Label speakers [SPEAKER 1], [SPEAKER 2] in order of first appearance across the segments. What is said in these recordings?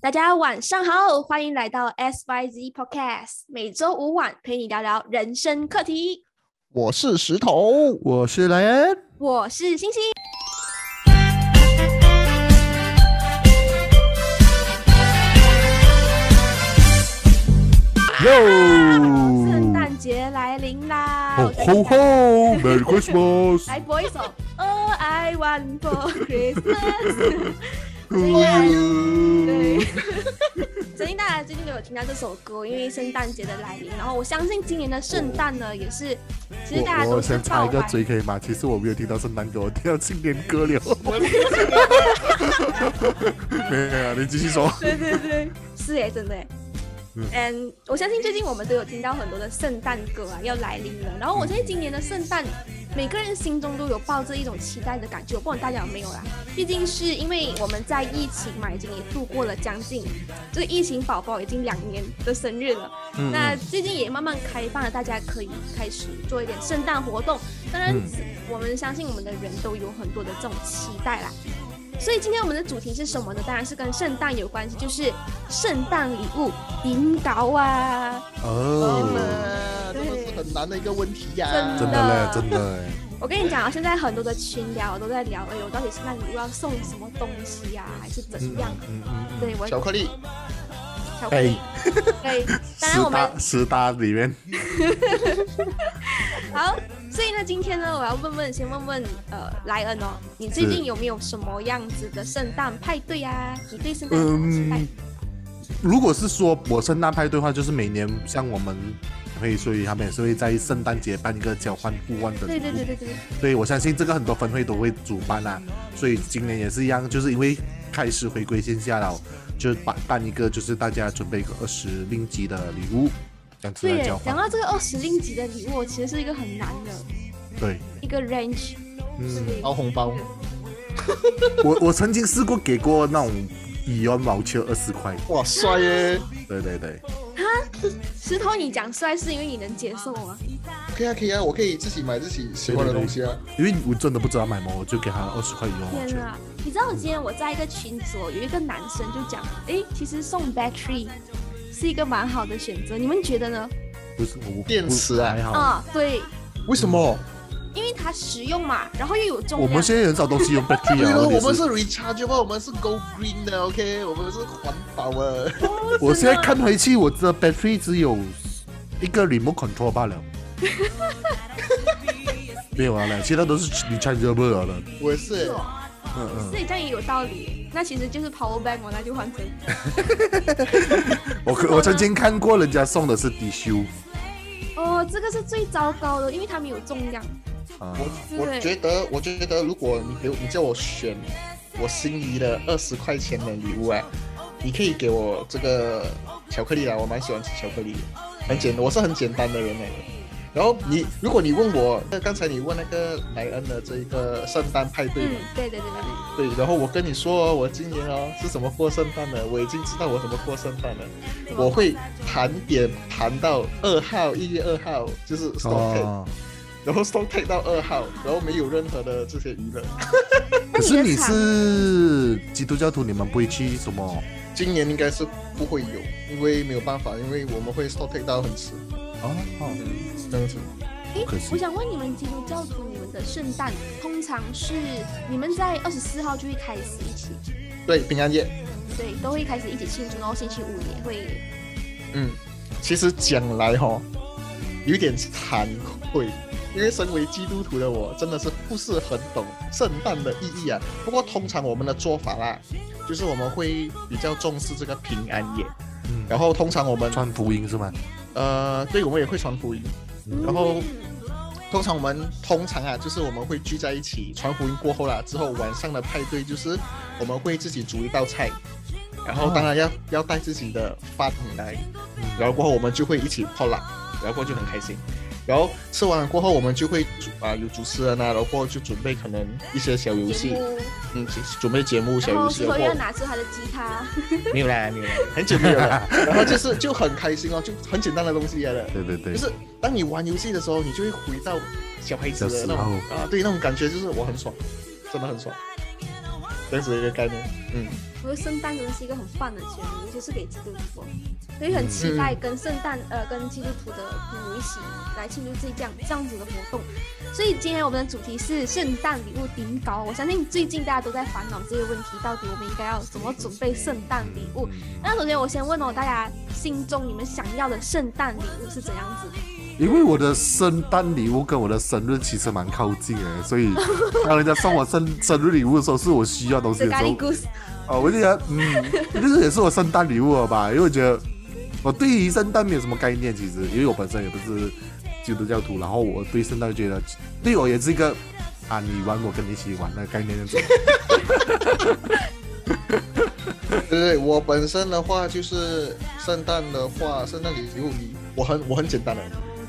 [SPEAKER 1] 大家晚上好，欢迎来到 SYZ Podcast，每周五晚陪你聊聊人生课题。
[SPEAKER 2] 我是石头，
[SPEAKER 3] 我是莱恩，
[SPEAKER 1] 我是星星。
[SPEAKER 3] 哟，
[SPEAKER 1] 圣诞节来临啦！
[SPEAKER 3] 吼
[SPEAKER 1] 我
[SPEAKER 3] 哦吼吼，Merry Christmas！
[SPEAKER 1] 来播一首《All I Want for Christmas》。对， 最近大家最近都有听到这首歌，因为圣诞节的来临，然后我相信今年的圣诞呢，也是其实大家
[SPEAKER 3] 我
[SPEAKER 1] 都
[SPEAKER 3] 我
[SPEAKER 1] 是
[SPEAKER 3] 想
[SPEAKER 1] 爆
[SPEAKER 3] 插一个
[SPEAKER 1] 满
[SPEAKER 3] 嘴可以吗？其实我没有听到圣诞歌，我听到新年歌了。没有，你继续说。
[SPEAKER 1] 对对对， 是哎、真的哎、
[SPEAKER 3] 嗯
[SPEAKER 1] 嗯，我相信最近我们都有听到很多的圣诞歌啊，要来临了。然后我相信今年的圣诞，每个人心中都有抱着一种期待的感觉，我不管大家有没有啦。毕竟是因为我们在疫情嘛，已经也度过了将近这个疫情宝宝已经两年的生日了。
[SPEAKER 3] 嗯
[SPEAKER 1] 那最近也慢慢开放了，大家可以开始做一点圣诞活动。当然，
[SPEAKER 3] 嗯
[SPEAKER 1] 我们相信我们的人都有很多的这种期待啦。所以今天我们的主题是什么呢？当然是跟圣诞有关系，就是圣诞礼物点搞啊！
[SPEAKER 3] 哦，
[SPEAKER 2] 呃，这
[SPEAKER 1] 对
[SPEAKER 2] 是嗯很难的一个问题呀、
[SPEAKER 3] 真
[SPEAKER 1] 的
[SPEAKER 3] 的嘞，真的嘞。
[SPEAKER 1] 我跟你讲啊，现在很多的群聊都在聊，哎呦，到底圣诞礼物要送什么东西呀、还是怎样？
[SPEAKER 3] 嗯嗯嗯。
[SPEAKER 1] 对我
[SPEAKER 2] 巧克力，
[SPEAKER 1] 巧克力，对，当然我
[SPEAKER 3] 十
[SPEAKER 1] 们
[SPEAKER 3] 大十大里面，
[SPEAKER 1] 好，所以呢，今天呢，我要问问，先问问呃，莱恩哦，你最
[SPEAKER 3] 是
[SPEAKER 1] 近有没有什么样子的圣诞派对呀、你对圣诞有什么期待？
[SPEAKER 3] 嗯，如果是说我圣诞派对的话，就是每年像我们会，所以他们也是会在圣诞节办一个交换互换的
[SPEAKER 1] 对对
[SPEAKER 3] 礼物
[SPEAKER 1] 对对对，
[SPEAKER 3] 所以我相信这个很多分会都会主办啦、所以今年也是一样，就是因为开始回归线下了，就办办一个就是大家准备一个二十令吉的礼物，这样子
[SPEAKER 1] 对
[SPEAKER 3] 来
[SPEAKER 1] 耶
[SPEAKER 3] 交，
[SPEAKER 1] 讲
[SPEAKER 3] 换。
[SPEAKER 1] 到这个二十令吉的礼物，其实是一个很难的
[SPEAKER 3] 对，
[SPEAKER 1] 一个 range，
[SPEAKER 3] 嗯，
[SPEAKER 2] 包红包，
[SPEAKER 3] 我我曾经试过给过那种一元毛球二十块，
[SPEAKER 2] 哇帅耶！
[SPEAKER 3] 对对对，
[SPEAKER 1] 石头，你讲出来是因为你能接受吗？
[SPEAKER 2] 可以啊，可以啊，我可以自己买自己喜欢的东西啊。
[SPEAKER 3] 因为我真的不知道买什么，我就给他二十块一元毛球
[SPEAKER 1] 天。啊！你知道今天我在一个群组哦，有一个男生就讲，诶，其实送 battery 是一个蛮好的选择，你们觉得呢？
[SPEAKER 3] 不是我
[SPEAKER 2] 电池啊
[SPEAKER 3] 还好。
[SPEAKER 1] 啊，对，
[SPEAKER 2] 为什么？
[SPEAKER 1] 因为它实用嘛，然后又有重
[SPEAKER 3] 我
[SPEAKER 1] 量。
[SPEAKER 3] 们现在很少东西用 battery
[SPEAKER 2] 因
[SPEAKER 3] 啊，
[SPEAKER 2] 为
[SPEAKER 3] 问题
[SPEAKER 2] 嗯 我们是 rechargeable，我们是 go green 的，OK，我们是环保的。
[SPEAKER 3] 我现在看回去，我的 battery 只有一个 remote control 罢 了。没有啊，其他都是 rechargeable 了的。
[SPEAKER 2] 我也是
[SPEAKER 1] 是，哦
[SPEAKER 3] 嗯嗯，
[SPEAKER 1] 所以这样也有道理。那其实就是 power bank 哦，那就换成
[SPEAKER 3] 我可我曾经看过人家送的是 D 修
[SPEAKER 1] 哦，这个是最糟糕的，因为它没有重量。
[SPEAKER 3] 啊，
[SPEAKER 2] 我我觉得，我觉得如果你给我你叫我选我心仪的二十块钱的礼物啊，你可以给我这个巧克力啊，我蛮喜欢吃巧克力，很简，我是很简单的人来的。然后你，如果你问我，呃刚才你问那个莱恩的这一个圣诞派对
[SPEAKER 1] 嗯
[SPEAKER 2] 嘛，，
[SPEAKER 1] 对对对对对。
[SPEAKER 2] 对，然后我跟你说、哦，我今年哦是怎么过圣诞的，我已经知道我怎么过圣诞了，我会盘点盘到二号，一月二号就是 s t o c k
[SPEAKER 3] 哦，
[SPEAKER 2] 然后 Stone Take 到二号，然后没有任何的这些娱乐。
[SPEAKER 3] 可
[SPEAKER 1] 那
[SPEAKER 3] 是你
[SPEAKER 1] 你的场
[SPEAKER 3] 是基督教徒，你们不会去什么？
[SPEAKER 2] 今年应该是不会有，因为没有办法，因为我们会 Stone Take 到很迟，
[SPEAKER 3] 哦哦，
[SPEAKER 2] 这样子。
[SPEAKER 1] 诶
[SPEAKER 3] 可惜
[SPEAKER 1] 我想问你们基督教徒，你们的圣诞通常是你们在二十四号就会开始一起，
[SPEAKER 2] 对，平安夜，
[SPEAKER 1] 对，都会开始一起庆祝，然后星期五也会。
[SPEAKER 2] 嗯，其实讲来哈、有点惭愧，因为身为基督徒的我，真的是不是很懂圣诞的意义啊。不过通常我们的做法啦，就是我们会比较重视这个平安夜，
[SPEAKER 3] 嗯，
[SPEAKER 2] 然后通常我们
[SPEAKER 3] 传福音是吗？
[SPEAKER 2] 呃，对我们也会传福音。然后
[SPEAKER 1] 嗯
[SPEAKER 2] 通常我们通常啊，就是我们会聚在一起传福音过后啦，之后晚上的派对就是我们会自己煮一道菜，然后当然要、要带自己的饭来，
[SPEAKER 1] 嗯
[SPEAKER 2] 然后过后我们就会一起泡辣，然后过后就很开心。然后吃完了过后，我们就会主啊、有主持人啊，然后过后就准备可能一些小游
[SPEAKER 1] 节
[SPEAKER 2] 戏，
[SPEAKER 1] 目，
[SPEAKER 2] 嗯，准备节目小
[SPEAKER 1] 然后
[SPEAKER 2] 游戏，
[SPEAKER 1] 石
[SPEAKER 2] 然
[SPEAKER 1] 头
[SPEAKER 2] 后
[SPEAKER 1] 又
[SPEAKER 2] 过
[SPEAKER 1] 要
[SPEAKER 2] 后
[SPEAKER 1] 拿出他的吉他，
[SPEAKER 2] 没有啦，没有啦，很久没有了。然后就是就很开心哦，就很简单的东西来了。
[SPEAKER 3] 对对对
[SPEAKER 2] 就，是当你玩游戏的时候，你就会回到小孩子的那
[SPEAKER 3] 小时候
[SPEAKER 2] 种啊，对那种感觉，就是我很爽，真的很爽，这样子的一个概念。嗯，
[SPEAKER 1] 觉得圣诞真的是一个很棒的节日，尤其是给基督徒，所以很期待跟圣诞呃跟基督徒的朋友一起来庆祝这这样这样子的活动。所以今天我们的主题是圣诞礼物顶高，我相信最近大家都在烦恼这个问题，到底我们应该要怎么准备圣诞礼物？
[SPEAKER 3] 嗯
[SPEAKER 1] 那首先我先问哦，大家心中你们想要的圣诞礼物是怎样子的？
[SPEAKER 3] 因为我的圣诞礼物跟我的生日其实蛮靠近的，所以当人家送我生 生日礼物的时候，是我需要东西
[SPEAKER 1] 是
[SPEAKER 3] 的时
[SPEAKER 1] 咖喱
[SPEAKER 3] 候，
[SPEAKER 1] 故事，
[SPEAKER 3] 哦，我就觉得嗯，这也是我圣诞礼物了吧？因为我觉得我对于圣诞没有什么概念，其实因为我本身也不是基督教徒，然后我对圣诞觉得对我也是一个啊，你玩我跟你一起玩的概念那种。
[SPEAKER 2] 对对，我本身的话就是圣诞的话，圣诞礼物你我很我很简单的，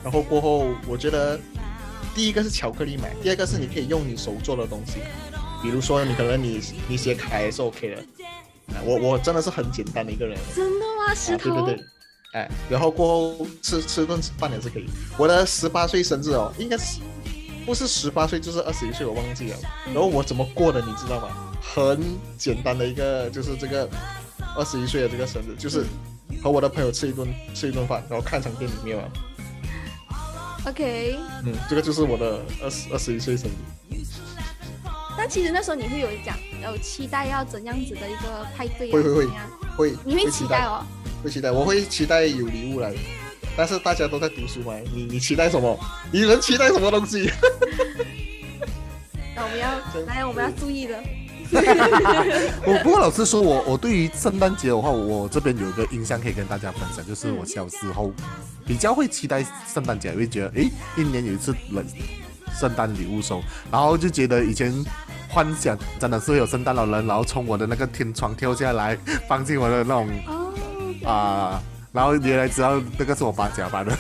[SPEAKER 2] 然后过后我觉得第一个是巧克力买，第二个是你可以用你手做的东西，比如说你可能你你写卡也是 OK 的，啊我我真的是很简单的一个人，
[SPEAKER 1] 真的吗？石
[SPEAKER 2] 啊，对
[SPEAKER 1] 头？
[SPEAKER 2] 对对。哎，然后过后吃吃顿饭也是可以。我的十八岁生日哦，应该是不是十八岁就是二十一岁，我忘记了。然后我怎么过的，你知道吗？很简单的一个，就是这个二十一岁的这个生日，就是和我的朋友吃一顿吃一顿饭，然后看场电影没有啊？
[SPEAKER 1] OK，
[SPEAKER 2] 嗯，这个就是我的二十二十一岁生日。
[SPEAKER 1] 但其实那时候你会有讲有期待要怎样子的一个派对啊？
[SPEAKER 2] 会会会
[SPEAKER 1] 怎样
[SPEAKER 2] 会
[SPEAKER 1] 你会期待，哦？
[SPEAKER 2] 会期待，我会期待有礼物来。但是大家都在读书嘛，你你期待什么？你能期待什么东西？
[SPEAKER 1] 那我们要
[SPEAKER 2] 真
[SPEAKER 1] 来，我们要注意的。
[SPEAKER 3] 我不过老实说，我我对于圣诞节的话，我这边有一个印象可以跟大家分享，就是我小时候比较会期待圣诞节，会觉得诶，一年有一次冷圣诞礼物收，然后就觉得以前。幻想真的是会有圣诞老人，然后从我的那个天窗跳下来，放进我的那种
[SPEAKER 1] 哦，对
[SPEAKER 3] 啊、然后原来知道那个是我爸假扮的。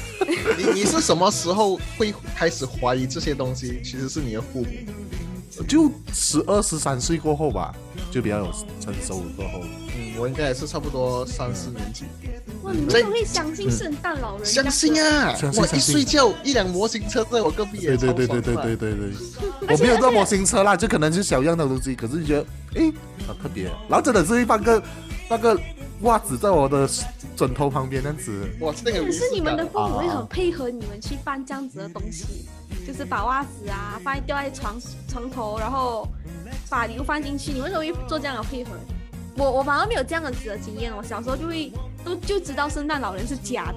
[SPEAKER 2] 你你是什么时候会开始怀疑这些东西其实是你的父母？
[SPEAKER 3] 就十二十三岁过后吧，就比较有成熟过后。
[SPEAKER 2] 嗯，我应该也是差不多三四年级。
[SPEAKER 1] 嗯哇，你们
[SPEAKER 2] 这
[SPEAKER 1] 都会相信圣诞老人？
[SPEAKER 2] 相信！啊
[SPEAKER 3] 相！信
[SPEAKER 2] 我
[SPEAKER 3] 相
[SPEAKER 2] 一
[SPEAKER 3] 信
[SPEAKER 2] 睡觉，一辆模型车在我隔壁也
[SPEAKER 3] 对对对
[SPEAKER 2] 超
[SPEAKER 3] 对
[SPEAKER 2] 爽
[SPEAKER 3] 对
[SPEAKER 2] 快
[SPEAKER 3] 对对对，我没有做模型车啦，就可能是小样的东西，可是就觉得诶，好特别。然后真的是会放个那个袜子在我的枕头旁边那样子。
[SPEAKER 2] 哇，这个有
[SPEAKER 1] 可
[SPEAKER 2] 仪式
[SPEAKER 1] 是
[SPEAKER 2] 感
[SPEAKER 1] 你们的父母会很配合你们去办这样子的东西，就是把袜子啊放在掉在床床头，然后把礼物放进去。你们都会做这样的配合？我我反而没有这样子的经验，我小时候就会都就知道圣诞老人是假的，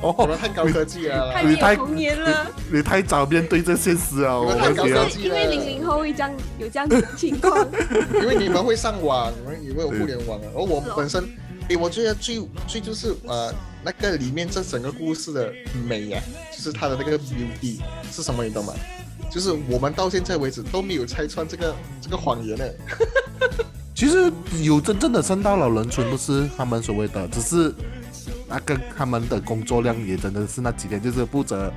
[SPEAKER 2] 我
[SPEAKER 3] 哦，
[SPEAKER 2] 们太高科技了
[SPEAKER 1] 太
[SPEAKER 2] 啦。
[SPEAKER 1] 没
[SPEAKER 3] 你太
[SPEAKER 1] 有童年了。
[SPEAKER 3] 你太早面对这现实啊！我 们
[SPEAKER 2] 你
[SPEAKER 3] 觉
[SPEAKER 2] 们太高
[SPEAKER 3] 得
[SPEAKER 2] 兴
[SPEAKER 1] 因为零零后会这样有这样子的情 况，
[SPEAKER 2] 因为你们会上网，你们你们有互联网啊。而
[SPEAKER 1] 哦
[SPEAKER 2] 我本身，诶，我觉得最最就是呃，那个里面这整个故事的美呀、就是它的那个 beauty 是什么，你懂吗？就是我们到现在为止都没有拆穿这个这个谎言呢。
[SPEAKER 3] 其实有真正的圣诞老人村不是他们所谓的，只是那个他们的工作量也真的是那几天就是负责，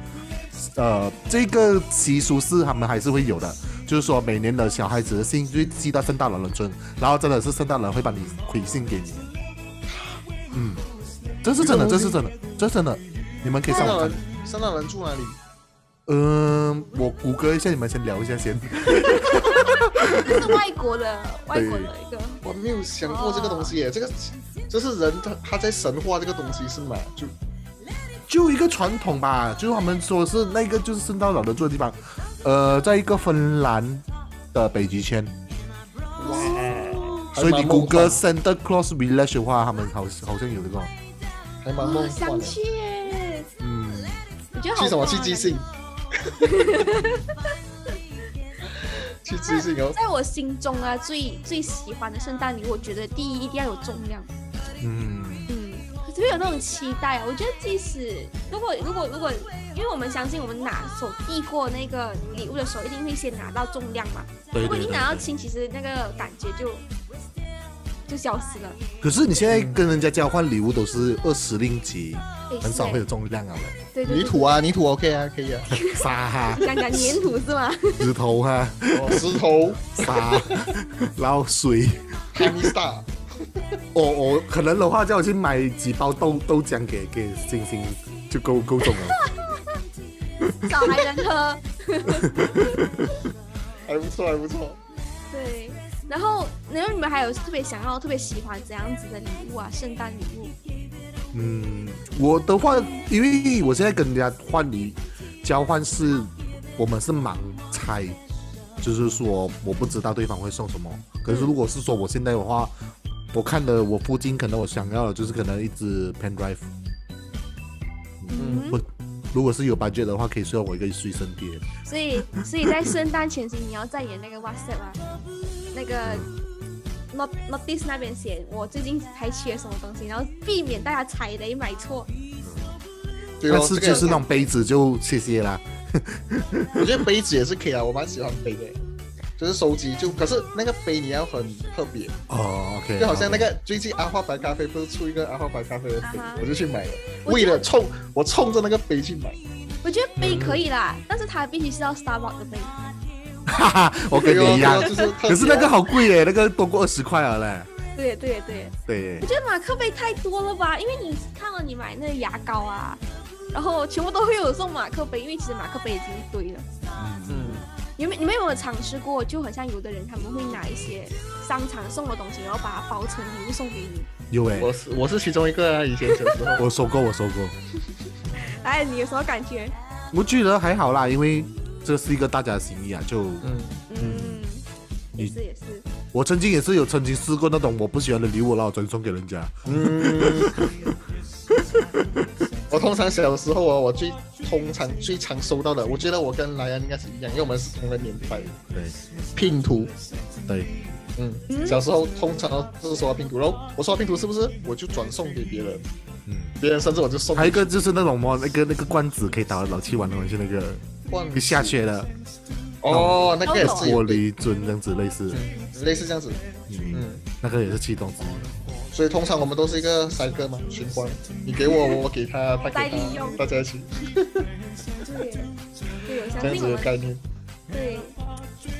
[SPEAKER 3] 呃，这个习俗是他们还是会有的，就是说每年的小孩子的信就会寄到圣诞老人村，然后真的是圣诞老人会把你回信给你。嗯，这是真的，这是真的，这是真的，你们可以
[SPEAKER 2] 圣
[SPEAKER 3] 上
[SPEAKER 2] 诞
[SPEAKER 3] 网
[SPEAKER 2] 人
[SPEAKER 3] 看。，
[SPEAKER 2] 圣诞人住哪里？
[SPEAKER 3] 嗯、我谷歌一下，你们先聊一下先。
[SPEAKER 1] 这是外国的外国的一个。
[SPEAKER 2] 我没有想过这个东西耶，这个这是人他他在神话这个东西是吗？就
[SPEAKER 3] 就一个传统吧，就是他们说是那个就是圣诞老人住的地方，呃，在一个芬兰的北极圈，
[SPEAKER 2] 还蛮
[SPEAKER 3] 所以你
[SPEAKER 2] 梦
[SPEAKER 3] 谷歌
[SPEAKER 2] 幻
[SPEAKER 3] Santa Claus Village 的话，他们好好像有这种，
[SPEAKER 2] 还蛮
[SPEAKER 1] 哇，
[SPEAKER 2] 梦幻
[SPEAKER 1] 想
[SPEAKER 2] 的。
[SPEAKER 1] 去耶！
[SPEAKER 3] 嗯，
[SPEAKER 1] 我觉得好
[SPEAKER 2] 去什
[SPEAKER 1] 棒啊
[SPEAKER 2] 么？去即兴。去即兴哦，
[SPEAKER 1] 在我心中啊，最最喜欢的圣诞礼物，我觉得第一一定要有重量，
[SPEAKER 3] 嗯，
[SPEAKER 1] 嗯，可是会有那种期待啊。我觉得即使如果如果如果，因为我们相信我们拿手递过那个礼物的时候，一定会先拿到重量嘛。
[SPEAKER 3] 对
[SPEAKER 1] 如果
[SPEAKER 3] 对
[SPEAKER 1] 你
[SPEAKER 3] 对。
[SPEAKER 1] 拿到轻，其实那个感觉就就消失了。
[SPEAKER 3] 可是你现在跟人家交换礼物都是二十令吉，
[SPEAKER 1] 诶
[SPEAKER 3] 很少
[SPEAKER 1] 是
[SPEAKER 3] 会有重量啊，
[SPEAKER 1] 对对
[SPEAKER 2] 泥
[SPEAKER 1] 对，
[SPEAKER 2] 土啊，泥土 OK 啊，可以啊。
[SPEAKER 3] 沙哈，
[SPEAKER 1] 讲讲粘土是 吗？
[SPEAKER 3] 石头哈，
[SPEAKER 2] 哦石头
[SPEAKER 3] 沙，然后水，
[SPEAKER 2] ，Tiny Star，
[SPEAKER 3] 我、我可能的话叫我去买几包豆豆浆给给星星就够够重了。
[SPEAKER 1] 小孩能喝。
[SPEAKER 2] 还不错，还不错。
[SPEAKER 1] 对，然后，然后你们还有特别想要、特别喜欢怎样子的礼物啊？圣诞礼物？
[SPEAKER 3] 嗯，我的话，因为我现在跟人家换礼交换是，我们是盲猜，就是说我不知道对方会送什么。可是如果是说我现在的话，我看的我附近可能我想要的就是可能一只 pen drive，
[SPEAKER 1] 嗯，
[SPEAKER 3] 不，如果是有 budget 的话，可以送我一个随身碟。
[SPEAKER 1] 所以，所以在圣诞前夕，你要在演那个 WhatsApp 啊，那个 not notice 那边写我最近还缺什么东西，然后避免大家踩雷买错。
[SPEAKER 2] 对
[SPEAKER 3] 但
[SPEAKER 2] 咯，
[SPEAKER 3] 是
[SPEAKER 2] 这个
[SPEAKER 3] 就是那种杯子就谢谢啦。
[SPEAKER 2] 我觉得杯子也是可以啊，我蛮喜欢杯的，就是收集就，可是那个杯你要很特别，
[SPEAKER 3] 哦，OK，
[SPEAKER 2] 就好像那个最近阿花白咖啡不是出一个阿花白咖啡的杯
[SPEAKER 1] 啊哈，
[SPEAKER 2] 我就去买了，
[SPEAKER 1] 我
[SPEAKER 2] 为
[SPEAKER 1] 觉得
[SPEAKER 2] 了冲我冲着那个杯去买，
[SPEAKER 1] 我觉得杯可以啦，但是它必须是要 Starbucks 的杯。
[SPEAKER 3] 哈哈， 我跟你一样
[SPEAKER 2] 对。咯对咯就是特别啊
[SPEAKER 3] 可是那个好贵耶，那个多过二十块了嘞。
[SPEAKER 1] 对对对，
[SPEAKER 3] 对
[SPEAKER 1] 我，觉得马克杯太多了吧，因为你看了你买那个牙膏啊，然后全部都会有送马克杯，因为其实马克杯已经一堆了。
[SPEAKER 2] 嗯，
[SPEAKER 1] 你们你们有没有尝试过？就很像有的人他们会拿一些商场送的东西，然后把它包成礼物送给你。
[SPEAKER 3] 有诶，。
[SPEAKER 2] 我是我是其中一个啊，以前小时候
[SPEAKER 3] 我收过，我收过。
[SPEAKER 1] 哎，你有什么感觉？
[SPEAKER 3] 我觉得还好啦，因为这是一个大家的心意啊。就
[SPEAKER 2] 嗯，
[SPEAKER 1] 嗯，也
[SPEAKER 3] 你
[SPEAKER 1] 是也是。
[SPEAKER 3] 我曾经也是有曾经试过那种我不喜欢的礼物，然后我专送给人家。
[SPEAKER 2] 我通常小时候啊，我最通常最常收到的，我觉得我跟莱恩应该是一样，因为我们是同个年代。
[SPEAKER 3] 对
[SPEAKER 2] 拼图，
[SPEAKER 3] 对，
[SPEAKER 2] 嗯，
[SPEAKER 1] 嗯
[SPEAKER 2] 小时候通常都是收到拼图，然后我收到拼图是不是我就转送给别人，
[SPEAKER 3] 嗯。
[SPEAKER 2] 别人甚至我就送
[SPEAKER 3] 还有一个就是那种么，那个那个罐子可以打老气丸的东西，那个
[SPEAKER 2] 罐
[SPEAKER 3] 可以下雪的
[SPEAKER 2] 哦，那个也是有
[SPEAKER 3] 玻璃樽这样子类似，
[SPEAKER 2] 类似这样子，
[SPEAKER 3] 嗯，
[SPEAKER 2] 嗯，
[SPEAKER 3] 那个也是气动之一。嗯
[SPEAKER 2] 所以通常我们都是一个三个嘛，循环，你给我，我给他，他
[SPEAKER 1] 代
[SPEAKER 2] 给
[SPEAKER 1] 利用
[SPEAKER 2] 他，大家一起
[SPEAKER 1] 对，对，我相
[SPEAKER 2] 这样
[SPEAKER 1] 信
[SPEAKER 2] 子
[SPEAKER 1] 我
[SPEAKER 2] 的
[SPEAKER 1] 们
[SPEAKER 2] 概念，
[SPEAKER 1] 对。哦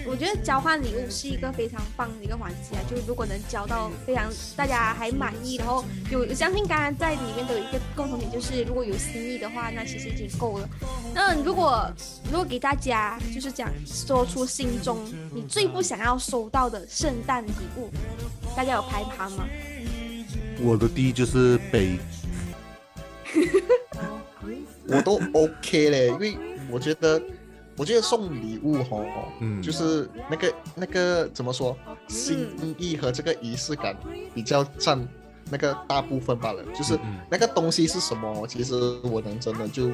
[SPEAKER 1] 我觉得交换礼物是一个非常棒的一个环节啊，就如果能交到非常大家还满意，然后有相信刚刚在里面都有一个共同点，就是如果有心意的话，那其实已经够了。那如果如果给大家就是讲说出心中你最不想要收到的圣诞礼物，大家有排行吗？
[SPEAKER 3] 我的第一就是杯，
[SPEAKER 2] 我都 OK 嘞，因为我觉得，我觉得送礼物吼，
[SPEAKER 3] 嗯
[SPEAKER 2] 就是那个那个怎么说，心意和这个仪式感比较占那个大部分罢了。就是
[SPEAKER 3] 嗯嗯
[SPEAKER 2] 那个东西是什么，其实我能真的就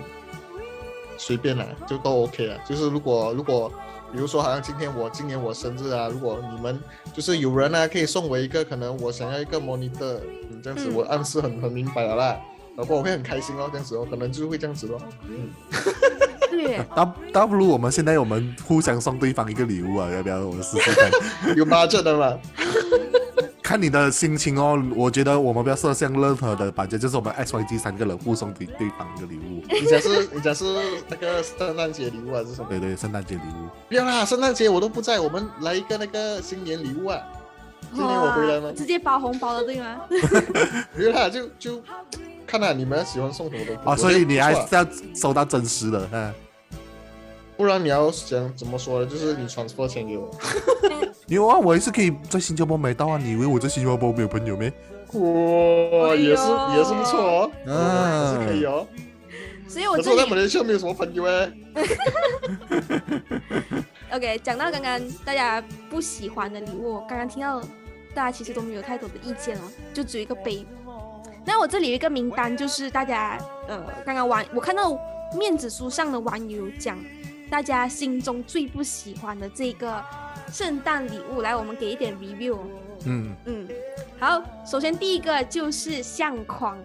[SPEAKER 2] 随便啦，就都 OK 了。就是如果如果比如说，好像今天我今年我生日啊，如果你们就是有人啊，可以送我一个，可能我想要一个 monitor，嗯，这样子
[SPEAKER 1] 嗯
[SPEAKER 2] 我暗示很很明白了啦，然后我会很开心哦，这样子哦，可能就会这样子咯。
[SPEAKER 1] 对，
[SPEAKER 3] 倒倒不如我们现在我们互相送对方一个礼物啊，要不要？我们试试看。
[SPEAKER 2] 有 budget 的嘛？
[SPEAKER 3] 看你的心情哦，我觉得我们不要设想任何的版权，就是我们 X Y G 三个人互送给对方一个礼物，
[SPEAKER 2] 你讲是， 你讲是那个圣诞节礼物还啊是什么？
[SPEAKER 3] 对对，圣诞节礼物，
[SPEAKER 2] 不要啦，圣诞节我都不在，我们来一个那个新年礼物啊。今年我回来吗
[SPEAKER 1] 哇直接包红包了，对吗？
[SPEAKER 2] 不要啦，就就看啦、你们喜欢送什么东西
[SPEAKER 3] 哦，所以你还
[SPEAKER 2] 我觉得不
[SPEAKER 3] 是
[SPEAKER 2] 错啊
[SPEAKER 3] 要收到真实的，嗯，
[SPEAKER 2] 不然你要想怎么说呢？就是你 transfer 钱给我，
[SPEAKER 3] 有啊，我也是可以在新加坡买到啊，你以为我在新加坡没有朋友咩？
[SPEAKER 2] 哇，
[SPEAKER 1] 哎呦
[SPEAKER 2] 也是也是不错哦，
[SPEAKER 3] 嗯
[SPEAKER 2] 嗯，是可以哦。
[SPEAKER 1] 所以我
[SPEAKER 2] 可是
[SPEAKER 1] 哦这
[SPEAKER 2] 我
[SPEAKER 1] 里
[SPEAKER 2] 在马来西亚没有什么朋友哎。
[SPEAKER 1] OK，讲到刚刚大家不喜欢的礼物，刚刚听到大家其实都没有太多的意见哦，就只有一个杯。那我这里有一个名单，就是大家呃刚刚网我看到面子书上的网友讲，大家心中最不喜欢的这个圣诞礼物，来我们给一点 review 哦。
[SPEAKER 3] 嗯
[SPEAKER 1] 嗯，好，首先第一个就是相框，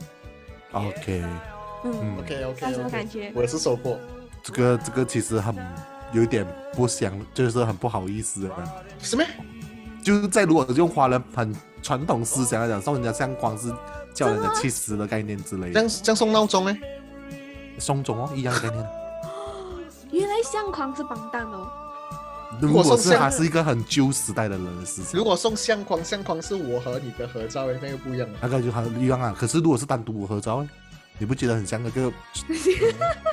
[SPEAKER 3] 啊，OK，
[SPEAKER 1] 嗯，
[SPEAKER 3] 嗯，
[SPEAKER 2] OK
[SPEAKER 1] 那
[SPEAKER 2] OK
[SPEAKER 1] 什么
[SPEAKER 2] OK，
[SPEAKER 1] 感觉？
[SPEAKER 2] 我也是收过，
[SPEAKER 3] 这个这个其实很有点不想，就是很不好意思的，
[SPEAKER 2] 什么？
[SPEAKER 3] 就是在如果用华人很传统思想来讲，送人家相框是叫人家去死的概念之类
[SPEAKER 2] 这
[SPEAKER 3] 的
[SPEAKER 2] 样，这样送闹钟哎？
[SPEAKER 3] 送种哦，一样的概念。
[SPEAKER 1] 原来相框是绑蛋哦，
[SPEAKER 3] 如果
[SPEAKER 2] 我
[SPEAKER 3] 是
[SPEAKER 2] 送
[SPEAKER 3] 他
[SPEAKER 2] 香
[SPEAKER 3] 是一个很旧时代的人的事情，
[SPEAKER 2] 如果送相框，相框是我和你的合照哎，那个不一样啊。
[SPEAKER 3] 那个就很一样啊。可是如果是单独我合照，你不觉得很像那个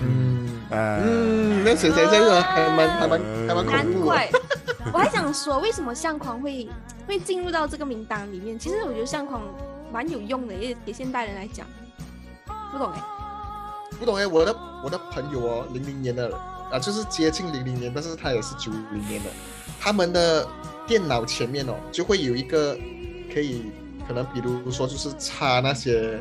[SPEAKER 2] 嗯。
[SPEAKER 3] 呃？
[SPEAKER 2] 嗯，那谁谁这个还蛮还蛮还蛮
[SPEAKER 3] 嗯
[SPEAKER 1] 难
[SPEAKER 2] 恐怖的。
[SPEAKER 1] 怪。我还想说，为什么相框会会进入到这个名单里面。其实我觉得相框蛮有用的，也给现代人来讲，不懂哎、
[SPEAKER 2] 不懂哎，我的我的朋友哦，零零年的啊，就是接近零零年，但是他也是九零年的，他们的电脑前面哦，就会有一个可以，可能比如说就是插那些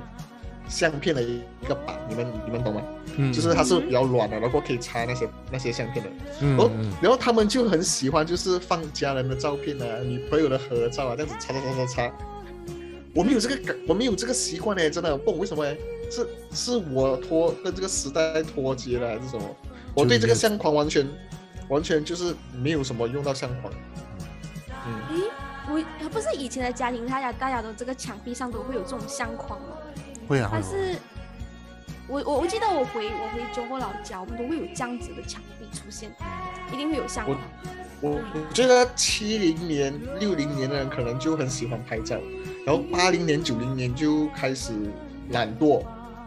[SPEAKER 2] 相片的一个板，你们你们懂吗？
[SPEAKER 3] 嗯，
[SPEAKER 2] 就是它是比较软的，然后可以插那些那些相片的，
[SPEAKER 3] 嗯
[SPEAKER 2] 哦
[SPEAKER 3] 嗯
[SPEAKER 2] 然后他们就很喜欢，就是放家人的照片啊、女朋友的合照啊，这样子擦擦擦擦擦。我没有这个感，我没有这个习惯呢，真的，我不懂为什么呢？是是我脱跟这个时代脱节了还是什么？我对这个相框完全完全就是没有什么用到相框。嗯，
[SPEAKER 1] 诶，我不是以前的家庭，大家大家都这个墙壁上都会有这种相框吗？
[SPEAKER 3] 会啊会
[SPEAKER 1] 但
[SPEAKER 3] 啊，
[SPEAKER 1] 是我我我记得我回我回中国老家，我们都会有这样子的墙壁出现，一定会有相框。
[SPEAKER 2] 我我觉得七零年、六零年的人可能就很喜欢拍照，然后八零年、九零年就开始懒惰，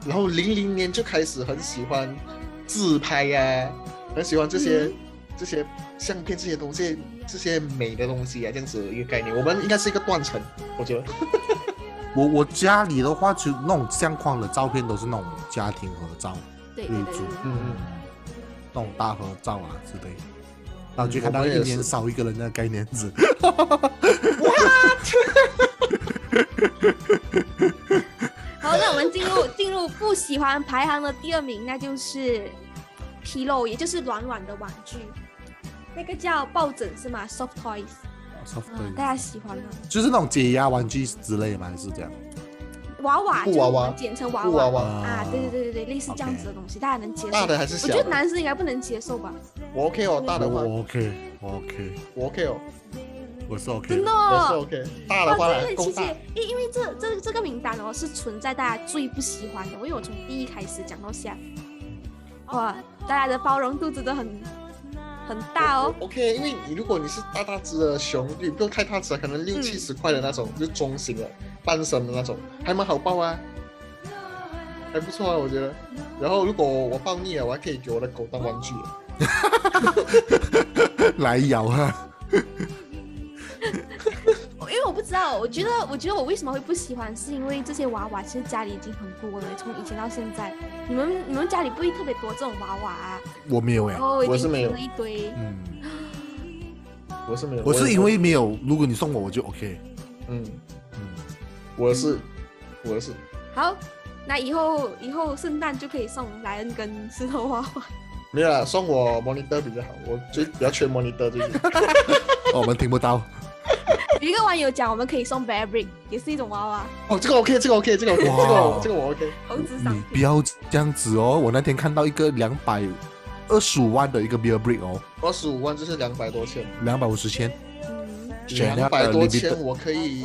[SPEAKER 2] 然后零零年就开始很喜欢自拍呀、很喜欢这些、
[SPEAKER 1] 嗯
[SPEAKER 2] 这些相片、这些东西、这些美的东西啊，这样子一个概念。我们应该是一个断层，我觉得。
[SPEAKER 3] 我我家里的话，就那种相框的照片都是那种家庭合照，
[SPEAKER 1] 对对对对
[SPEAKER 3] 嗯
[SPEAKER 1] 对，
[SPEAKER 2] 嗯
[SPEAKER 3] 嗯，那种大合照啊之类的。然后就看
[SPEAKER 2] 我
[SPEAKER 3] 到
[SPEAKER 2] 们
[SPEAKER 3] 一
[SPEAKER 2] 也
[SPEAKER 3] 年
[SPEAKER 2] 是
[SPEAKER 3] 少一个人的概念 子，
[SPEAKER 2] 哦
[SPEAKER 1] 好，那我们进入 进入不喜欢排行的第二名，那就是皮肉，也就是软软的玩具，那个叫抱枕是吗？Soft toys，啊、大家喜欢吗？
[SPEAKER 3] 就是那种解压玩具之类嘛，还是这样？
[SPEAKER 1] 娃娃，
[SPEAKER 2] 布
[SPEAKER 1] 就是
[SPEAKER 2] 娃
[SPEAKER 1] 我
[SPEAKER 2] 娃
[SPEAKER 1] 们简称娃
[SPEAKER 2] 布娃
[SPEAKER 1] 娃
[SPEAKER 2] 娃
[SPEAKER 1] 啊，对对对对对，类似这样子的东西，大家能接受
[SPEAKER 2] 大的还是
[SPEAKER 1] 我
[SPEAKER 2] 小
[SPEAKER 1] 觉得
[SPEAKER 2] 的？
[SPEAKER 1] 男生应该不能接受吧？
[SPEAKER 2] 我 OK 哦，大的话
[SPEAKER 3] 我 OK，我 OK，
[SPEAKER 2] 我 OK 哦，
[SPEAKER 3] 我是 OK，
[SPEAKER 1] 真的、
[SPEAKER 2] 我是
[SPEAKER 1] 哦。
[SPEAKER 2] OK。大的
[SPEAKER 1] 哇，
[SPEAKER 2] 话啦
[SPEAKER 1] 这个
[SPEAKER 2] 够
[SPEAKER 1] 其实
[SPEAKER 2] 大。
[SPEAKER 1] 也，因因为这这这个名单哦，是存在大家最不喜欢的。因为我从第一开始讲到现在，哇，大家的包容度真的很很大哦。
[SPEAKER 2] 我 OK，因为你如果你是大大只的熊，你不用太大只，可能六
[SPEAKER 1] 嗯
[SPEAKER 2] 七十块的那种，就中型的半身的那种，还蛮好抱啊，还不错啊，我觉得。然后如果我抱腻了，我还可以给我的狗当玩具。
[SPEAKER 3] 来咬啊！
[SPEAKER 1] 因为我不知道，我觉得我觉得我为什么会不喜欢，是因为这些娃娃其实家里已经很多了，从以前到现在，你们你们家里不会特别多这种娃娃、啊，
[SPEAKER 3] 我没有哎
[SPEAKER 1] 然，后已
[SPEAKER 2] 我
[SPEAKER 1] 经
[SPEAKER 2] 是没有
[SPEAKER 1] 囤了一堆。
[SPEAKER 3] 嗯，
[SPEAKER 2] 我是没有，
[SPEAKER 3] 我是因为没有，如果你送我我就 OK，
[SPEAKER 2] 嗯，
[SPEAKER 3] 嗯，
[SPEAKER 2] 我是我是
[SPEAKER 1] 好，那以后以后圣诞就可以送莱恩跟石头娃 娃。
[SPEAKER 2] 没有啦，送我 monitor 比较好，我最比较缺 monitor 最 近。
[SPEAKER 3] 哦我们听不到，
[SPEAKER 1] 有一个网友讲，我们可以送 b a r b r i c 也是一种娃娃，
[SPEAKER 2] 哦，这个 OK，这个 OK，这个 OK，这个
[SPEAKER 3] 哇
[SPEAKER 2] 我这个我 OK。
[SPEAKER 1] 猴子商
[SPEAKER 2] 嗯
[SPEAKER 3] 你不
[SPEAKER 1] 品。
[SPEAKER 3] 要这样子哦！我那天看到一个两百二十五万的一个 Beer Brick 哦，
[SPEAKER 2] 二十五万就是两百多千，
[SPEAKER 3] 两百五十千，
[SPEAKER 1] 嗯，
[SPEAKER 3] 选
[SPEAKER 2] 两百多
[SPEAKER 3] 那个
[SPEAKER 2] 千
[SPEAKER 3] limited
[SPEAKER 2] 我可以，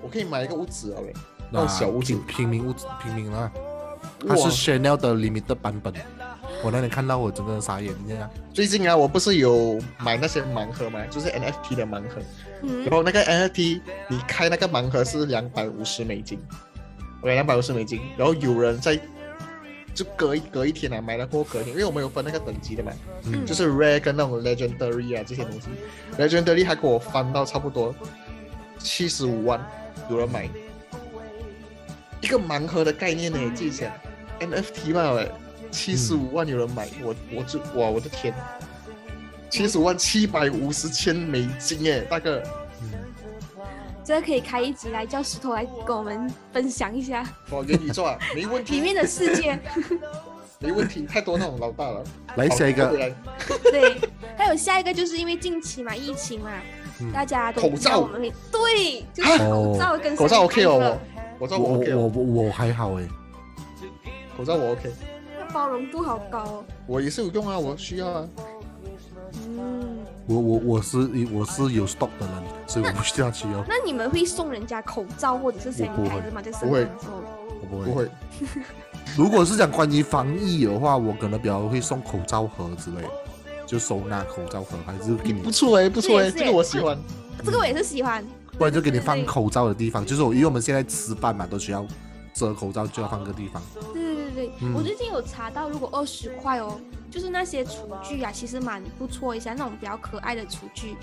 [SPEAKER 2] 我可以买一个屋子啊喂，
[SPEAKER 3] 那
[SPEAKER 2] 那种小屋子
[SPEAKER 3] 平。平民屋子平民啦，它是
[SPEAKER 2] 哇
[SPEAKER 3] Chanel 的 Limited 版本。我那天看到我整个人傻眼，你知道吗？
[SPEAKER 2] 最近啊，我不是有买那些盲盒嘛，就是 NFT 的盲盒，然
[SPEAKER 1] 嗯，
[SPEAKER 2] 后那个 NFT 你开那个盲盒是两百五十美金，我两百五十美金，然后有人在就隔一隔一天啊，买了过后隔一天，因为我们有分那个等级的嘛，
[SPEAKER 3] 嗯
[SPEAKER 2] 就是 Rare 跟那种 Legendary 啊这些东西，Legendary 还给我翻到差不多七十五万，有人买一个盲盒的概念呢，自己想 NFT 嘛，喂，七十五万有人买，我我就哇我的天，七十五万七百五十千美金哎，大哥，
[SPEAKER 3] 嗯
[SPEAKER 1] 这个可以开一集来叫石头来跟我们分享一下
[SPEAKER 2] 哇元宇宙啊，没问
[SPEAKER 1] 里
[SPEAKER 2] 题，
[SPEAKER 1] 面的世界。
[SPEAKER 2] 没问题，太多那种老大了。
[SPEAKER 3] 来
[SPEAKER 2] 好
[SPEAKER 3] 下一
[SPEAKER 2] 回
[SPEAKER 3] 个，
[SPEAKER 2] 来
[SPEAKER 1] 对，还有下一个就是因为近期嘛，疫情嘛，
[SPEAKER 3] 嗯
[SPEAKER 1] 大家都
[SPEAKER 2] 口罩啊
[SPEAKER 1] 知道我们会对，就是口罩跟
[SPEAKER 2] 口罩
[SPEAKER 1] 身
[SPEAKER 2] OK
[SPEAKER 1] 体
[SPEAKER 2] 哦
[SPEAKER 1] 的，
[SPEAKER 2] 我口罩
[SPEAKER 3] 我
[SPEAKER 2] 我
[SPEAKER 3] 我
[SPEAKER 2] OK
[SPEAKER 3] 我
[SPEAKER 2] 哦，
[SPEAKER 3] 我还好哎，
[SPEAKER 2] 口罩我 OK，
[SPEAKER 1] 那包容度好高哦。
[SPEAKER 2] 我也是有用啊，我需要啊。
[SPEAKER 1] 嗯，
[SPEAKER 3] 我我我是我是有 stock 的人，所以我不需要去哦，
[SPEAKER 1] 那你们会送人家口罩或者是谁
[SPEAKER 3] 我不会
[SPEAKER 1] 牌子吗？在圣诞的时候，
[SPEAKER 3] 我不
[SPEAKER 2] 不
[SPEAKER 3] 会。
[SPEAKER 2] 会，
[SPEAKER 3] 如果是讲关于防疫的话，我可能比较会送口罩盒之类的，就收纳口罩盒，还是给你
[SPEAKER 2] 不，错哎，不错
[SPEAKER 1] 这
[SPEAKER 2] 哎，
[SPEAKER 1] 也是
[SPEAKER 2] 这个我喜欢。
[SPEAKER 1] 这个我也是喜欢。
[SPEAKER 3] 不然就给你放口罩的地方，就是我因为我们现在吃饭嘛，都需要遮口罩，就要放个地方。
[SPEAKER 1] 对对对对，
[SPEAKER 3] 嗯
[SPEAKER 1] 我最近有查到，如果二十块哦，就是那些厨具啊，其实蛮不错一下，那种比较可爱的厨具，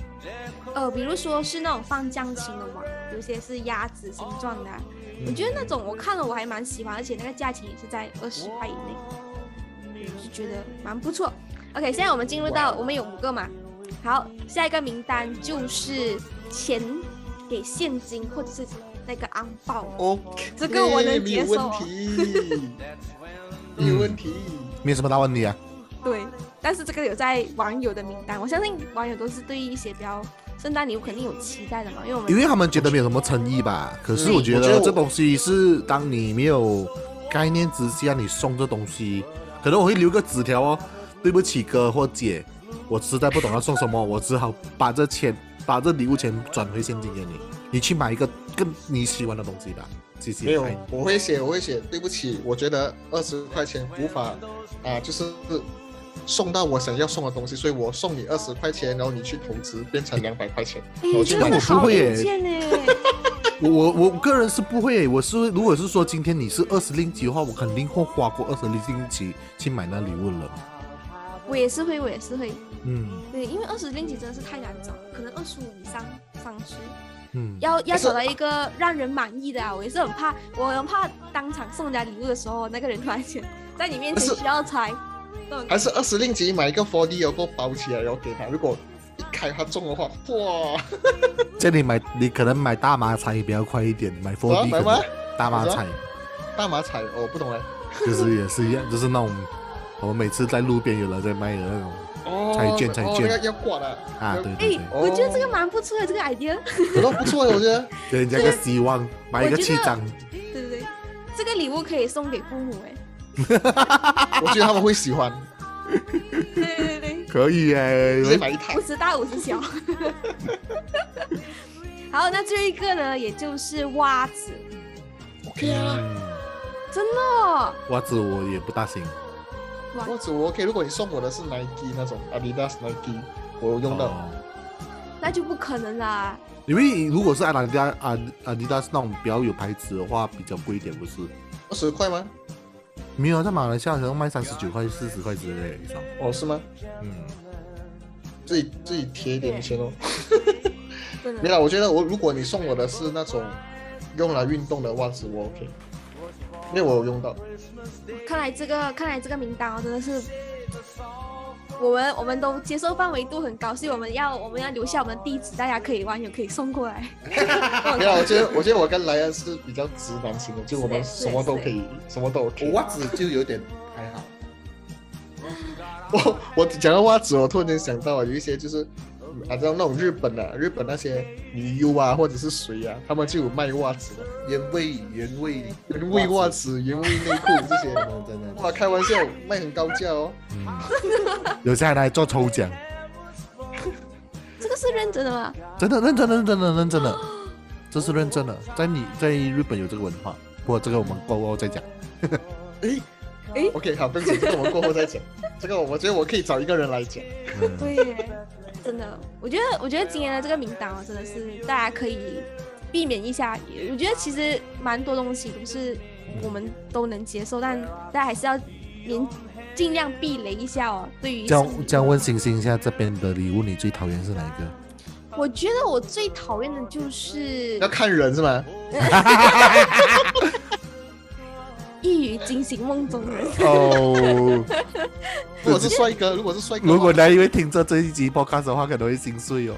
[SPEAKER 1] 呃，比如说是那种放酱青的嘛，有些是鸭子形状的啊、我觉得那种我看了我还蛮喜欢，而且那个价钱也是在二十块以内，就觉得蛮不错。OK，现在我们进入到我们有五个嘛，好，下一个名单就是钱给现金或者是那个昂报，
[SPEAKER 2] OK，
[SPEAKER 1] 这个我能
[SPEAKER 2] 没
[SPEAKER 1] 接
[SPEAKER 2] 有
[SPEAKER 1] 受哦
[SPEAKER 2] 问题， 没有问题。
[SPEAKER 3] 没什么大问题啊。
[SPEAKER 1] 对，但是这个有在网友的名单，我相信网友都是对一些比较圣诞礼物肯定有期待的嘛，因为我们
[SPEAKER 3] 因为他们觉得没有什么诚意吧。可是
[SPEAKER 1] 嗯
[SPEAKER 3] 我觉
[SPEAKER 2] 我觉得
[SPEAKER 3] 得
[SPEAKER 2] 我
[SPEAKER 3] 这东西是当你没有概念之下，你送这东西，可能我会留个纸条哦，对不起哥或姐，我实在不懂要送什么，我只好把这钱把这礼物钱转回现金给你，你去买一个更你喜欢的东西吧。谢谢。
[SPEAKER 2] 没有，我会写，我会写。对不起，我觉得二十块钱无法啊，就是送到我想要送的东西，所以我送你二十块钱，然后你去投资变成两百块钱。
[SPEAKER 1] 哎，
[SPEAKER 2] 我
[SPEAKER 1] 真
[SPEAKER 2] 觉得
[SPEAKER 1] 的
[SPEAKER 3] 我不
[SPEAKER 1] 好
[SPEAKER 3] 会
[SPEAKER 1] 意
[SPEAKER 3] 耶
[SPEAKER 1] 见呢。
[SPEAKER 3] 我我我个人是不会，我是如果是说今天你是二十令吉的话，我肯定会花过二十令吉去买那礼物了。
[SPEAKER 1] 我也是会，我也是会，
[SPEAKER 3] 嗯
[SPEAKER 1] 对，因为二十零级真的是太难找，可能二十五以上、三十，
[SPEAKER 3] 嗯，
[SPEAKER 1] 要要
[SPEAKER 2] 可是
[SPEAKER 1] 找到一个让人满意的啊，我也是很怕，我很怕当场送人家礼物的时候，那个人突然间在你面前
[SPEAKER 2] 不是
[SPEAKER 1] 需要猜，那种
[SPEAKER 2] 还是二十令吉买一个 4D，然后包起来，然后给他。如果一开他中的话，哇，
[SPEAKER 3] 这里买你可能买大麻彩比较快一点，买 4D
[SPEAKER 2] 啊
[SPEAKER 3] 可
[SPEAKER 2] 买
[SPEAKER 3] 能
[SPEAKER 2] 吗
[SPEAKER 3] 大麻彩
[SPEAKER 2] 大马彩，我、不懂哎。
[SPEAKER 3] 就是也是一样，就是那种我们每次在路边有人在卖的那种
[SPEAKER 2] 哦，
[SPEAKER 3] 彩券彩
[SPEAKER 2] 哦
[SPEAKER 3] 券
[SPEAKER 2] 那个要挂的
[SPEAKER 3] 啊，对对
[SPEAKER 1] 哎
[SPEAKER 3] 对，，
[SPEAKER 1] 我觉得这个蛮不错的，这个 idea，
[SPEAKER 2] 可能不错的，我觉得。
[SPEAKER 3] 给人家个希望，买一
[SPEAKER 1] 我
[SPEAKER 3] 个
[SPEAKER 1] 觉
[SPEAKER 3] 七
[SPEAKER 1] 得
[SPEAKER 3] 张，
[SPEAKER 1] 对不对？这个礼物可以送给父母，哎，
[SPEAKER 2] 我觉得他们会喜 欢，
[SPEAKER 1] 对对对。
[SPEAKER 3] 可以
[SPEAKER 2] 直接
[SPEAKER 3] 哎，
[SPEAKER 2] 买一套
[SPEAKER 1] 五。十大五十小。好，那这一个呢，也就是袜子
[SPEAKER 2] OK 啊，
[SPEAKER 3] 嗯
[SPEAKER 1] 哦，
[SPEAKER 3] 袜子我也不大行，
[SPEAKER 2] 或者我 OK。如果你送我的是 Nike 那种 Adidas Nike，我用到。
[SPEAKER 3] 哦
[SPEAKER 1] 那就不可能啦。
[SPEAKER 3] 因为如果是阿迪达阿阿迪啊达斯那种比较有牌子的话，比较贵一点，不是？
[SPEAKER 2] 二十块吗？
[SPEAKER 3] 没有，在马来西亚好像卖三十九块、四十块之类的一双。
[SPEAKER 2] 哦，是吗？
[SPEAKER 3] 嗯，
[SPEAKER 2] 自己自己贴一点钱哦。
[SPEAKER 1] 真的，
[SPEAKER 2] 没有，我觉得我如果你送我的是那种用来运动的袜子，我 OK，因为我有用到。
[SPEAKER 1] 看来这个看来这个名单哦，真的是。我们我们都接受范围度很高，所以我们要我们要留下我们的地址，大家可以网友可以送过来。
[SPEAKER 2] 没有，我觉得我觉得我跟莱恩是比较直男型的，就我们什么都可以，什么都 OK。
[SPEAKER 4] 我袜子就有点还好，
[SPEAKER 2] 我我讲到袜子，我突然间想到啊，有一些就是，嗯啊，像那种日本的、日本那些女优啊，或者是谁啊，他们就有卖袜子的，
[SPEAKER 4] 原味原味
[SPEAKER 2] 原味袜，子、原味内裤这些。
[SPEAKER 4] 嗯真的
[SPEAKER 2] 哇，开玩笑，卖很高价哦。
[SPEAKER 3] 嗯 有些还拿来做抽奖，
[SPEAKER 1] 这个是认真的吗？
[SPEAKER 3] 真的认真的、认真的、认真的，这是认真的。在你在日本有这个文化，不过这个我们过后再讲。
[SPEAKER 2] 诶
[SPEAKER 1] 诶
[SPEAKER 2] o k 好，对不起，这个我们过后再讲。这个我觉得我可以找一个人来讲。
[SPEAKER 3] 嗯，
[SPEAKER 1] 对耶，真的，我觉得我觉得今年的这个名单哦，真的是大家可以避免一下。我觉得其实蛮多东西都是我们都能接受，但大家还是要尽尽量避雷一下哦。对于什
[SPEAKER 3] 这样
[SPEAKER 1] 么
[SPEAKER 3] 这样问星星一下，这边的礼物你最讨厌是哪一个？
[SPEAKER 1] 我觉得我最讨厌的就是
[SPEAKER 2] 要看人是吗？
[SPEAKER 1] 一语惊醒梦中人。
[SPEAKER 3] 哦，
[SPEAKER 2] 如果是帅哥，如果是帅哥的话，
[SPEAKER 3] 如果大家因为听着这一集 podcast 的话，可能会心碎哦。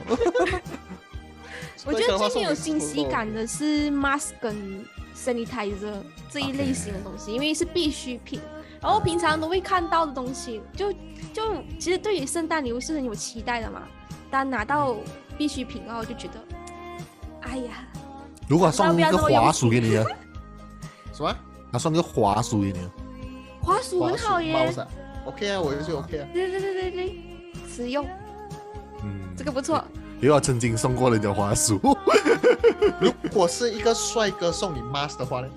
[SPEAKER 1] 我觉得最没有惊喜感的是 mask 跟 sanitizer 这一类型的东西，因为是必需品，然后平常都会看到的东西，就就其实对于圣诞礼物是很有期待的嘛，但拿到必需品后就觉得，哎呀，
[SPEAKER 3] 如果送一个滑鼠给你呢？
[SPEAKER 2] 什么？
[SPEAKER 3] 他送一个滑鼠给你啊呢，
[SPEAKER 1] 滑鼠很好
[SPEAKER 2] 猫
[SPEAKER 1] 耶，
[SPEAKER 2] 是 OK 啊，我就是 OK 啊。
[SPEAKER 1] 对对对对对，实用，
[SPEAKER 3] 嗯，
[SPEAKER 1] 这个不错，
[SPEAKER 3] 因为我曾经送过人家滑 鼠，
[SPEAKER 2] 如果是一个帅哥送你 mask 的话呢？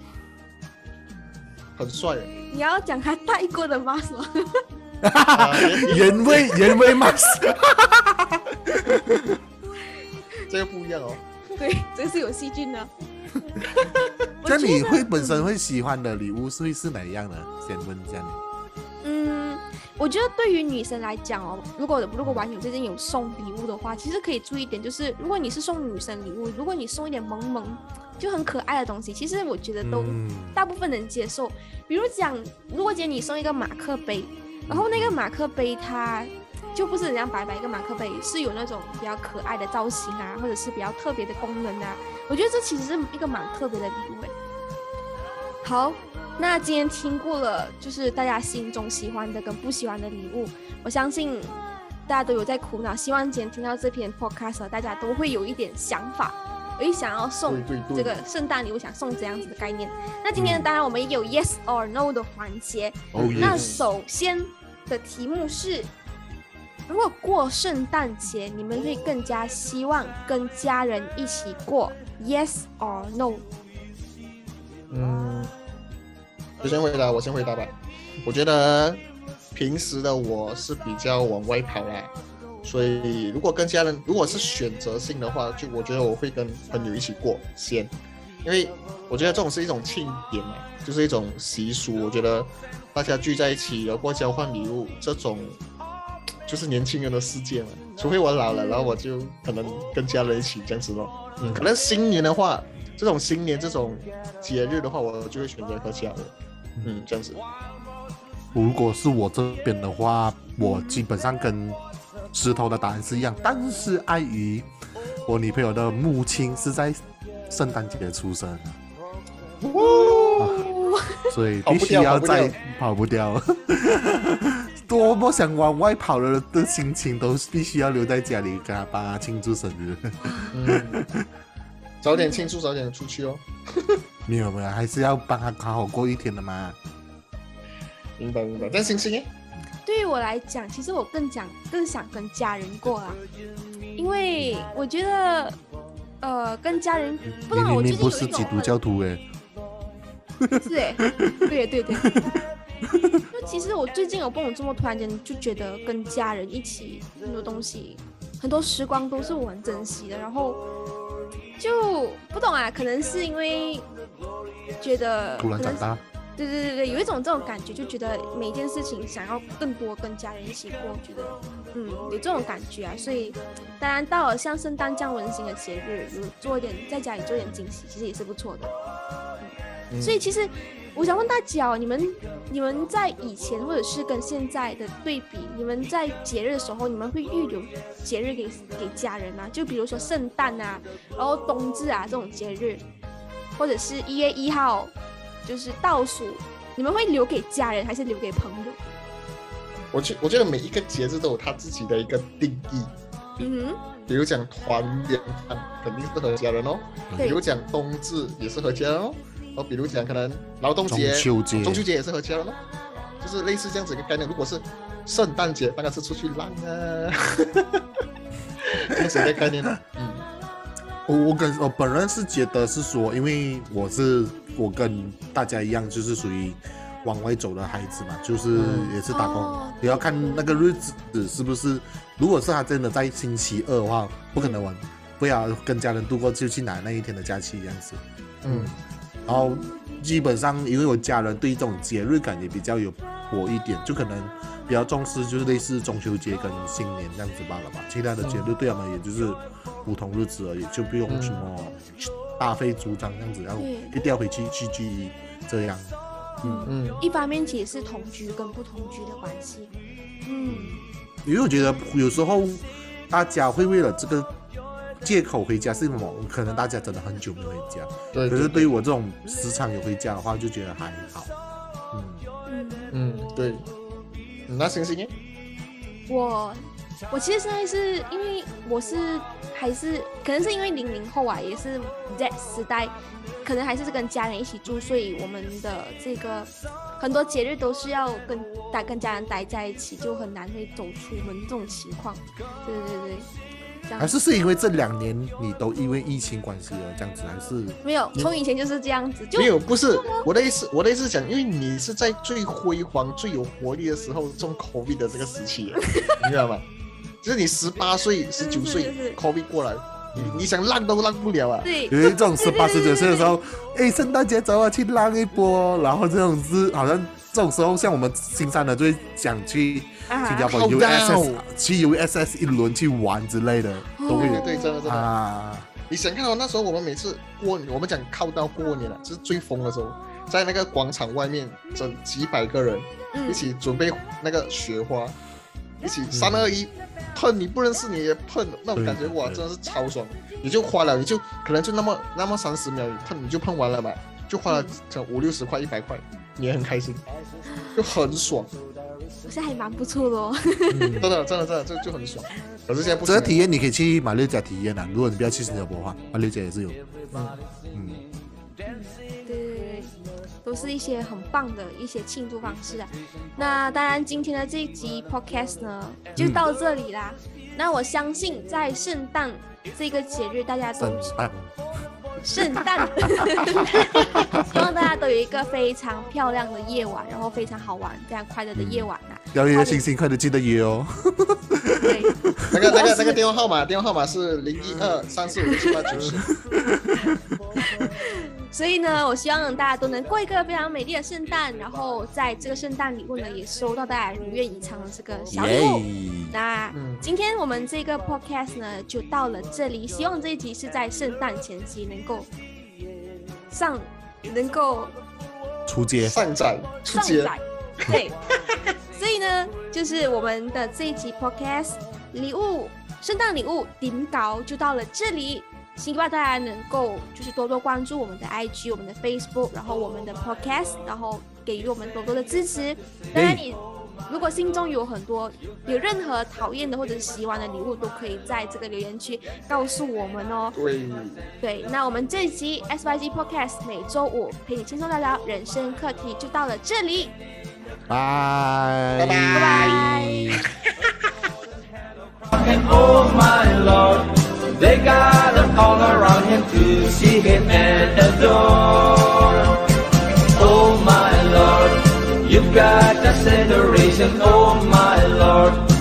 [SPEAKER 2] 很帅耶，
[SPEAKER 1] 你要讲他戴过的 mask 吗
[SPEAKER 2] 啊也
[SPEAKER 3] 原 味原味 mask。
[SPEAKER 2] 这个不一 样哦。
[SPEAKER 1] 对，这是有细菌的。我
[SPEAKER 3] 那
[SPEAKER 1] 觉
[SPEAKER 3] 你
[SPEAKER 1] 得
[SPEAKER 3] 会本身会喜欢的礼物是会是哪一样呢？先问一下你。
[SPEAKER 1] 嗯，我觉得对于女生来讲哦，如果如果网友最近有送礼物的话，其实可以注意一点，就是如果你是送女生礼物，如果你送一点萌萌就很可爱的东西，其实我觉得都
[SPEAKER 3] 嗯，
[SPEAKER 1] 大部分能接受。比如讲，如果今天你送一个马克杯，然后那个马克杯它就不是人家白白一个马克杯，是有那种比较可爱的造型啊，或者是比较特别的功能啊。我觉得这其实是一个蛮特别的礼物诶。好，那今天听过了，就是大家心中喜欢的跟不喜欢的礼物，我相信大家都有在苦恼。希望今天听到这篇 podcast，的大家都会有一点想法，诶，想要送
[SPEAKER 2] 对对对
[SPEAKER 1] 这个圣诞礼物，想送这样子的概念。那今
[SPEAKER 3] 嗯
[SPEAKER 1] 天呢，当然我们也有 yes or no 的环节。
[SPEAKER 3] 哦耶
[SPEAKER 1] 那首先的题目是：如果过圣诞节，你们会更加希望跟家人一起过？Yes or no？
[SPEAKER 2] 嗯，我先回答，我先回答吧。我觉得平时的我是比较往外跑啦，所以如果跟家人，如果是选择性的话，就我觉得我会跟朋友一起过先，因为我觉得这种是一种庆典嘛，就是一种习俗。我觉得大家聚在一起，然后过交换礼物，这种就是年轻人的世界嘛。除非我老了，然后我就可能跟家人一起这样子咯。嗯，可能新年的话，这种新年这种节日的话，我就会选择和家人。嗯，这样子。
[SPEAKER 3] 如果是我这边的话，我基本上跟石头的答案是一样，但是碍于我女朋友的母亲是在圣诞节出生的，哦所以必须要在跑不掉。 多么想往外跑的的心情，都必须要留在家里，跟他爸庆祝生日。
[SPEAKER 2] 嗯，早点庆祝，早点出去哦。
[SPEAKER 3] 没有没有，还是要帮他好好过一天的嘛。
[SPEAKER 2] 明白明白。但星星呢？
[SPEAKER 1] 对于我来讲，其实我更想更想跟家人过啊，因为我觉得，呃，跟家人，不
[SPEAKER 3] 你
[SPEAKER 1] 然
[SPEAKER 3] 明
[SPEAKER 1] 我最近有
[SPEAKER 3] 明不
[SPEAKER 1] 一
[SPEAKER 3] 是
[SPEAKER 1] 种
[SPEAKER 3] 基督
[SPEAKER 1] 很
[SPEAKER 3] 教徒诶，
[SPEAKER 1] 是哎、对对 对。就其实我最近有不懂这么突然间就觉得跟家人一起很多东西，很多时光都是我很珍惜的，然后就不懂啊，可能是因为觉得
[SPEAKER 3] 突然
[SPEAKER 1] 可能
[SPEAKER 3] 长
[SPEAKER 1] 是
[SPEAKER 3] 大，
[SPEAKER 1] 对对对对，有一种这种感觉，就觉得每一件事情想要更多跟家人一起过，觉得嗯有这种感觉啊，所以当然到了像圣诞这样温馨的节日，有做一点在家里做一点惊喜，其实也是不错的。嗯，所以其实我想问大家、哦，你们你们在以前或者是跟现在的对比，你们在节日的时候，你们会预留节日给给家人吗？就比如说圣诞啊，然后冬至啊这种节日，或者是一月一号就是倒数，你们会留给家人还是留给朋友？
[SPEAKER 2] 我觉我觉得每一个节日都有它自己的一个定义。
[SPEAKER 1] 嗯
[SPEAKER 2] 比如讲团圆饭，肯定是和家人哦。
[SPEAKER 1] 哼，
[SPEAKER 2] 比
[SPEAKER 1] 对
[SPEAKER 2] 如，讲冬至也是和家人哦。然后比如讲可能劳动
[SPEAKER 3] 中
[SPEAKER 2] 节、
[SPEAKER 3] 秋节
[SPEAKER 2] 中秋节也是和家人哦。就是类似这样子一个概念。如果是圣诞节，当然是出去浪 啊，这样子一个概念了。嗯。
[SPEAKER 3] 我我跟我本人是觉得是说，因为我是我跟大家一样，就是属于往外走的孩子嘛，就是
[SPEAKER 2] 嗯
[SPEAKER 3] 也是打工，
[SPEAKER 1] 哦
[SPEAKER 3] 也要看那个日子是不是。如果是他真的在星期二的话，不可能玩，不要跟家人度过，就去拿那一天的假期这样子。
[SPEAKER 2] 嗯
[SPEAKER 3] 然后基本上因为我家人对这种节日感也比较有薄一点，就可能比较重视就是类似中秋节跟新年这样子罢了吧。其他的节日对他们也就是普通日子而已，就不用什么
[SPEAKER 2] 嗯
[SPEAKER 3] 大费周章这样子，然后
[SPEAKER 1] 对
[SPEAKER 3] 一定要回去聚聚这样。
[SPEAKER 2] 嗯
[SPEAKER 1] 一方面其实是同居跟不同居的关系。嗯，
[SPEAKER 3] 因为我觉得有时候大家会为了这个借口回家是什么？可能大家真的很久没回家，
[SPEAKER 2] 对，
[SPEAKER 3] 可是
[SPEAKER 2] 对
[SPEAKER 3] 对于我这种时常有回家的话，就觉得还好。嗯。
[SPEAKER 1] 嗯，
[SPEAKER 2] 嗯对，嗯那星星呢？
[SPEAKER 1] 我我其实现在是因为我是还是可能是因为零零后啊，也是 Z 时代，可能还是跟家人一起住，所以我们的这个很多节日都是要跟待跟家人待在一起，就很难会走出门这种情况。对对对对，这样
[SPEAKER 3] 还是是因为这两年你都因为疫情关系而这样子，还是
[SPEAKER 1] 没有，从以前就是这样子，就
[SPEAKER 2] 没有，不是我的意思，我的意思是讲，因为你是在最辉煌、最有活力的时候中 COVID 的这个时期，你明白吗？就是你十八岁、十九
[SPEAKER 1] 是是
[SPEAKER 2] 岁
[SPEAKER 1] 是
[SPEAKER 2] COVID 过来，你你想浪都浪不了啊。
[SPEAKER 1] 对，
[SPEAKER 3] 有一种十八十九岁的时候，哎，圣诞节走啊，去浪一波，然后这种是好像这种时候，像我们新山的就会想去
[SPEAKER 1] 啊
[SPEAKER 3] 新加坡
[SPEAKER 2] 好
[SPEAKER 3] USS
[SPEAKER 2] down
[SPEAKER 3] 去 USS 一轮去玩之类的，都会
[SPEAKER 2] 对
[SPEAKER 3] 有
[SPEAKER 2] 对，真的真的。
[SPEAKER 3] 啊。
[SPEAKER 2] 你想看到哦那时候我们每次过年，我们讲靠到过年了，就是最疯的时候，在那个广场外面整几百个人
[SPEAKER 1] 嗯
[SPEAKER 2] 一，起准备那个雪花，一
[SPEAKER 1] 嗯
[SPEAKER 2] 起三二一喷，你不认识你也喷，那种感觉
[SPEAKER 3] 对
[SPEAKER 2] 哇，
[SPEAKER 3] 对
[SPEAKER 2] 真的是超爽。你就花了，你就可能就那么那么三十秒，你喷你就喷完了嘛，就花
[SPEAKER 1] 嗯
[SPEAKER 2] 了整五六十块一百块，你也很开心，就很爽，
[SPEAKER 1] 嗯我现在还蛮不错的哦。
[SPEAKER 2] 真的真的真的就就很爽。可是现在不
[SPEAKER 3] 这个
[SPEAKER 2] 行了
[SPEAKER 3] 体验你可以去马六甲体验啊，如果你不要去新加坡的话，马六甲也是有。嗯，
[SPEAKER 1] 对对对对，都是一些很棒的一些庆祝方式啊。那当然，今天的这一集 podcast 呢，就到这里啦。那我相信在圣诞这个节日，大家都
[SPEAKER 3] 圣诞
[SPEAKER 1] 圣诞， 希望大家都有一个非常漂亮的夜晚，然后非常好玩、非常快乐的夜晚呐、
[SPEAKER 3] 要约星星，快点记得约哦。
[SPEAKER 1] 对，
[SPEAKER 2] 那个那个 那个电话号码，电话号码是零一二三四五六七八九十。
[SPEAKER 1] 所以呢，我希望大家都能过一个非常美丽的圣诞，然后在这个圣诞礼物呢，也收到大家如愿以偿的这个小礼物。那
[SPEAKER 2] 嗯
[SPEAKER 1] 今天我们这个 podcast 呢就到了这里，希望这一集是在圣诞前夕能够上，能够
[SPEAKER 3] 出街，
[SPEAKER 2] 上载出
[SPEAKER 1] 上
[SPEAKER 2] 街，
[SPEAKER 1] 载，对。 所以呢，就是我们的这一集 podcast 礼物，圣诞礼物顶稿就到了这里。希望大家能够就是多多关注我们的 IG、我们的 Facebook，然后我们的 podcast，然后给予我们多多的支持。当然你。如果心中有很多有任何讨厌的或者是喜欢的礼物，都可以在这个留言区告诉我们哦。
[SPEAKER 2] 对，
[SPEAKER 1] 对，那我们这一集 SYG Podcast 每周五陪你轻松聊聊人生课题就到了这里，
[SPEAKER 3] 拜
[SPEAKER 2] 拜拜
[SPEAKER 1] 拜拜。
[SPEAKER 5] And oh my lord, they gathered all around him to see him and adore. Oh my lord, you've got consideration, oh my lord.